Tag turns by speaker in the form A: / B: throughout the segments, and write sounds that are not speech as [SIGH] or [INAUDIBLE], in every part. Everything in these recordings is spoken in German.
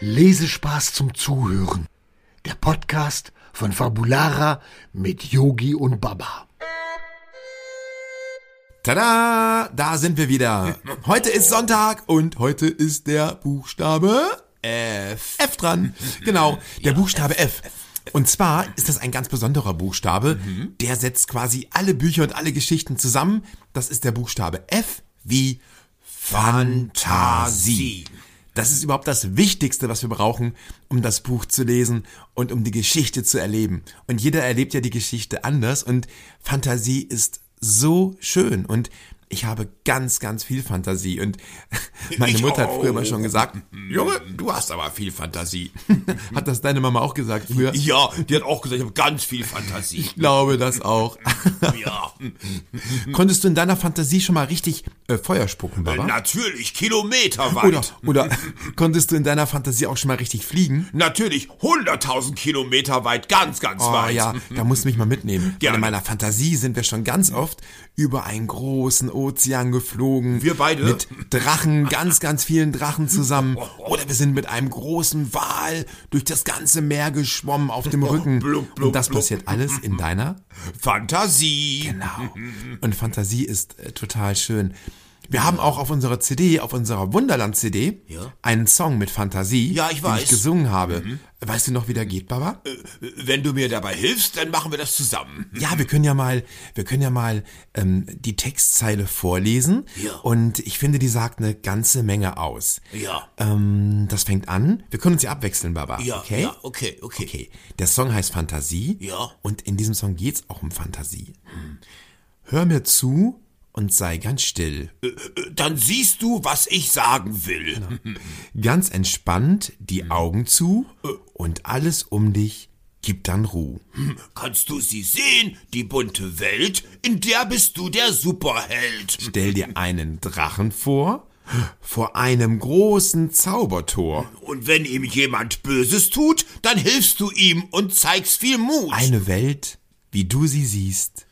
A: Lesespaß zum Zuhören. Der Podcast von Fabulara mit Yogi und Baba.
B: Tada! Da sind wir wieder. Heute ist Sonntag und heute ist der Buchstabe F, F dran. Genau, der Buchstabe F. Mhm. Und zwar ist das ein ganz besonderer Buchstabe. Der setzt quasi alle Bücher und alle Geschichten zusammen. Das ist der Buchstabe F wie Fantasie. Das ist überhaupt das Wichtigste, was wir brauchen, um das Buch zu lesen und um die Geschichte zu erleben. Und jeder erlebt ja die Geschichte anders und Fantasie ist so schön und ich habe ganz, ganz viel Fantasie und meine
C: Ich
B: Mutter hat
C: auch.
B: früher immer schon gesagt,
C: [LAUGHS]
B: Junge, du hast aber viel [LAUGHS] Fantasie. hat das deine Mama auch gesagt früher? Ich
C: Ja, die hat auch gesagt, ich habe ganz viel
B: [LAUGHS]
C: Fantasie.
B: glaube das auch.
C: Ja,
B: Konntest du in deiner Fantasie schon mal richtig äh, Feuer spucken, Baba?
C: natürlich, kilometerweit.
B: Oder, oder konntest du in deiner Fantasie auch schon mal richtig fliegen?
C: natürlich, 100.000 Kilometer weit, ganz, ganz
B: Oh
C: weit.
B: ja, da musst du mich mal
C: [LAUGHS]
B: mitnehmen. Weil
C: Gerne.
B: in meiner Fantasie sind wir schon ganz oft über einen großen Ozean geflogen.
C: Wir beide?
B: Mit Drachen, ganz, ganz vielen Drachen zusammen. Oder wir sind mit einem großen Wal durch das ganze Meer geschwommen auf
C: [LAUGHS]
B: dem Rücken.
C: Oh, blub, blub,
B: Und das
C: blub.
B: passiert alles in deiner
C: Fantasie.
B: Genau. Und Fantasie ist äh, total schön. Wir haben auch auf unserer CD, auf unserer Wunderland-CD,
C: Ja.
B: einen Song mit Fantasie,
C: Ja, ich
B: den ich
C: weiß. Mhm.
B: gesungen habe. Weißt du noch, wie der geht, Baba?
C: Wenn du mir dabei hilfst, dann machen wir das zusammen.
B: Ja, wir können ja mal, wir können ja mal ähm, die Textzeile vorlesen.
C: Ja.
B: Und ich finde, die sagt eine ganze Menge aus.
C: Ja.
B: Ähm, das fängt an. Wir können uns ja abwechseln, Baba.
C: Ja,
B: okay?
C: ja, okay, okay.
B: Okay. Der Song heißt Fantasie.
C: Ja.
B: Und in diesem Song geht's auch um Fantasie. Hm. Hör mir zu und sei ganz still.
C: Dann siehst du, was ich sagen will.
B: Genau. Ganz entspannt
C: Hm.
B: die Augen zu
C: Äh.
B: und alles um dich gibt dann Ruhe.
C: Kannst du sie sehen, die bunte Welt? In der bist du der Superheld.
B: Stell dir einen Drachen vor, vor einem großen Zaubertor.
C: Und wenn ihm jemand Böses tut, dann hilfst du ihm und zeigst viel Mut.
B: Eine Welt, wie du sie siehst,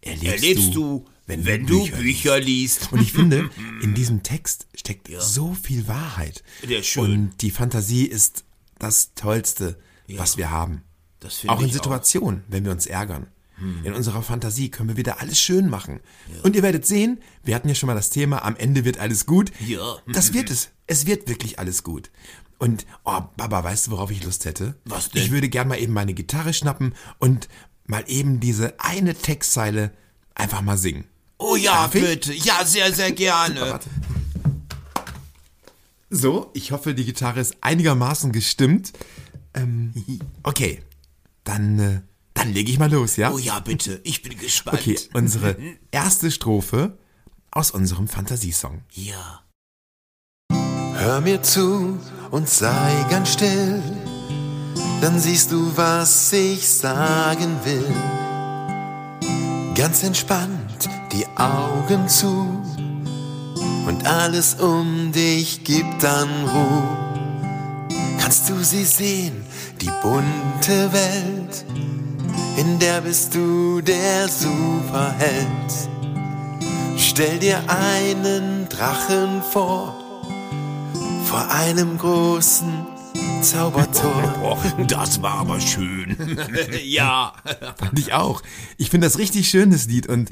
B: erlebst,
C: Erlebst du, wenn, du Bücher, liest.
B: Und ich finde,
C: [LAUGHS]
B: in diesem Text steckt so viel Wahrheit.
C: Der ist schön.
B: Und die Fantasie ist das Tollste, was wir haben.
C: Das finde
B: Auch in
C: ich Hm.
B: Situationen, wenn wir uns ärgern. In unserer Fantasie können wir wieder alles schön machen. Und ihr werdet sehen, wir hatten ja schon mal das Thema, am Ende wird alles gut.
C: Ja.
B: Das wird es. Es wird wirklich alles gut. Und, oh, Baba, weißt du, worauf ich Lust hätte?
C: Was denn?
B: Ich würde gern mal eben meine Gitarre schnappen und mal eben diese eine Textzeile einfach mal singen.
C: Oh ja,
B: Darf ich?
C: bitte. Ja, sehr, sehr gerne.
B: So, ich hoffe, die Gitarre ist einigermaßen gestimmt.
C: [LAUGHS]
B: Ähm, okay, dann, äh, dann lege ich mal los, ja?
C: Oh ja, bitte. Ich bin gespannt.
B: Okay, unsere erste Strophe aus unserem Fantasiesong.
C: Ja.
D: Hör mir zu und sei ganz still, dann siehst du, was ich sagen will. Ganz entspannt die Augen zu und alles um dich gibt dann Ruhe. Kannst du sie sehen, die bunte Welt, in der bist du der Superheld. Stell dir einen Drachen vor vor einem großen Zaubertor.
C: Oh, das war aber schön. [LAUGHS] ja.
B: Fand ich auch. Ich finde das richtig schön, das Lied. Und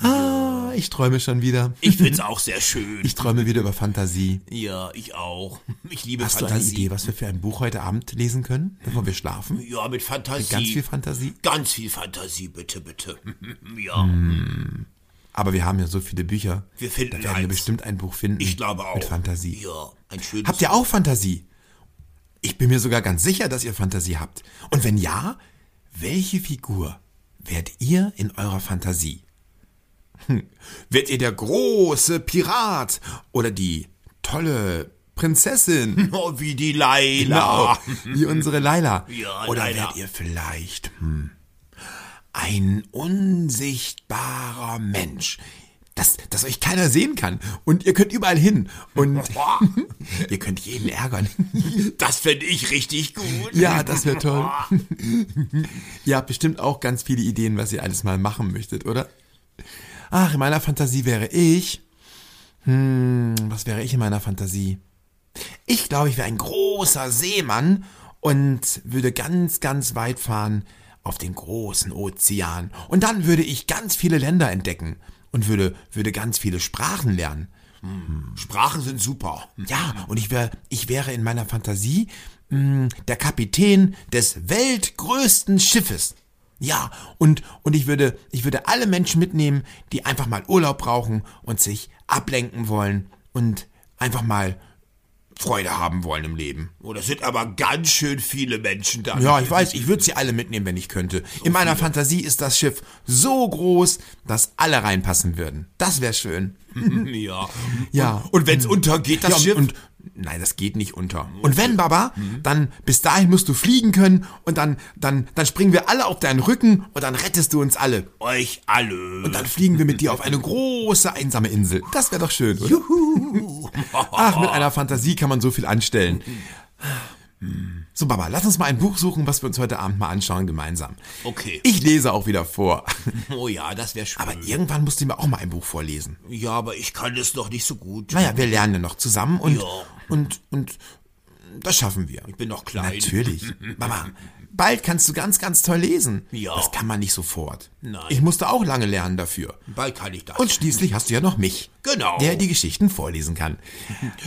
B: ah, ich träume schon wieder.
C: Ich find's auch sehr schön.
B: Ich träume wieder über Fantasie.
C: Ja, ich auch. Ich liebe
B: Hast du eine
C: Fantasie.
B: Idee, was wir für ein Buch heute Abend lesen können, bevor wir schlafen?
C: ja, mit Fantasie.
B: Ganz viel Fantasie. Hm.
C: Ganz viel Fantasie, bitte, bitte. [LAUGHS] ja.
B: Aber wir haben ja so viele Bücher.
C: Wir finden
B: Da werden wir
C: eins.
B: bestimmt ein Buch finden.
C: Ich glaube auch.
B: Mit Fantasie.
C: Ja, ein schönes.
B: Habt ihr auch Fantasie? Ich bin mir sogar ganz sicher, dass ihr Fantasie habt. Und wenn ja, welche Figur werdet ihr in eurer Fantasie? Hm. Werdet ihr der große Pirat oder die tolle Prinzessin?
C: Oh, wie die Leila.
B: Wie unsere Laila.
C: [LAUGHS] Ja,
B: oder
C: Laila.
B: werdet ihr vielleicht hm, ein unsichtbarer Mensch, dass dass euch keiner sehen kann und ihr könnt überall hin
C: [LAUGHS]
B: und Genau. [LAUGHS] ihr könnt jeden ärgern.
C: Das fände ich richtig gut.
B: Ja, das wäre toll. Ihr habt bestimmt auch ganz viele Ideen, was ihr alles mal machen möchtet, oder? Ach, in meiner Fantasie wäre ich. Hm, was wäre ich in meiner Fantasie? Ich glaube, ich wäre ein großer Seemann und würde ganz, ganz weit fahren auf den großen Ozean. Und dann würde ich ganz viele Länder entdecken und würde, würde ganz viele Sprachen lernen.
C: Sprachen sind super.
B: Ja, und ich, wär, ich wäre in meiner Fantasie mh, der Kapitän des weltgrößten Schiffes. Ja, und, und ich, würde, ich würde alle Menschen mitnehmen, die einfach mal Urlaub brauchen und sich ablenken wollen und einfach mal Freude haben wollen im Leben.
C: [LAUGHS] Oh, das sind aber ganz schön viele Menschen da.
B: Ja, ich weiß, ich würde sie alle mitnehmen, wenn ich könnte. In meiner Fantasie ist das Schiff so groß, dass alle reinpassen würden. Das wäre schön.
C: [LAUGHS] ja.
B: Ja.
C: Und wenn's untergeht, das
B: ja, und-
C: Schiff.
B: Und nein, das geht nicht unter. Und wenn, Baba,
C: Mhm.
B: dann bis dahin musst du fliegen können und dann, dann, dann springen wir alle auf deinen Rücken und dann rettest du uns alle.
C: euch alle. [LAUGHS]
B: Und dann fliegen wir mit dir auf eine große einsame Insel. Das wäre doch schön, oder? Juhu. Ach, mit einer Fantasie kann man so viel anstellen.
C: Mhm.
B: So, Baba, lass uns mal ein Buch suchen, was wir uns heute Abend mal anschauen gemeinsam.
C: Okay.
B: Ich lese auch wieder
C: [LAUGHS]
B: vor.
C: oh ja, das wäre schön.
B: Aber irgendwann musst du mir auch mal ein Buch vorlesen.
C: ja, aber ich kann das noch nicht so gut.
B: Naja, wir lernen ja noch zusammen und,
C: Ja.
B: und, und das schaffen wir.
C: Ich bin noch klein. [LAUGHS]
B: Natürlich. Mama, bald kannst du ganz, ganz toll lesen.
C: Ja.
B: Das kann man nicht sofort.
C: Nein.
B: Ich musste auch lange lernen dafür.
C: Bald kann ich das.
B: Und schließlich hast du ja noch mich.
C: Genau.
B: Der die Ah. Geschichten vorlesen kann.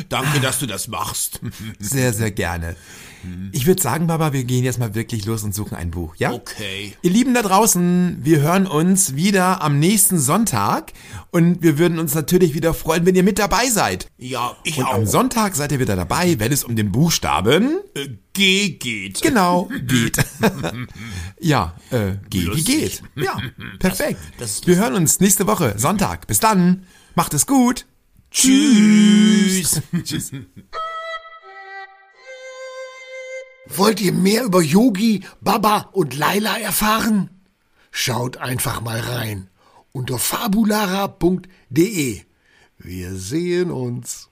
C: Danke, dass du das machst.
B: Sehr, sehr gerne.
C: Mhm.
B: Ich würde sagen, Baba, wir gehen jetzt mal wirklich los und suchen ein Buch, ja?
C: Okay.
B: Ihr Lieben da draußen, wir hören uns wieder am nächsten Sonntag und wir würden uns natürlich wieder freuen, wenn ihr mit dabei seid.
C: Ja, ich
B: Und am
C: auch.
B: Sonntag seid ihr wieder dabei, wenn es um den Buchstaben
C: Äh, G geht.
B: genau geht. [LAUGHS] ja, äh, geht wie
C: Lustig.
B: geht.
C: [LAUGHS]
B: Ja, perfekt.
C: das ist
B: wir hören uns nächste Woche Sonntag. Bis dann. Macht es gut.
C: Tschüss.
A: Wollt ihr mehr über Yogi, Baba und Laila erfahren? Schaut einfach mal rein unter fabulara.de. Wir sehen uns.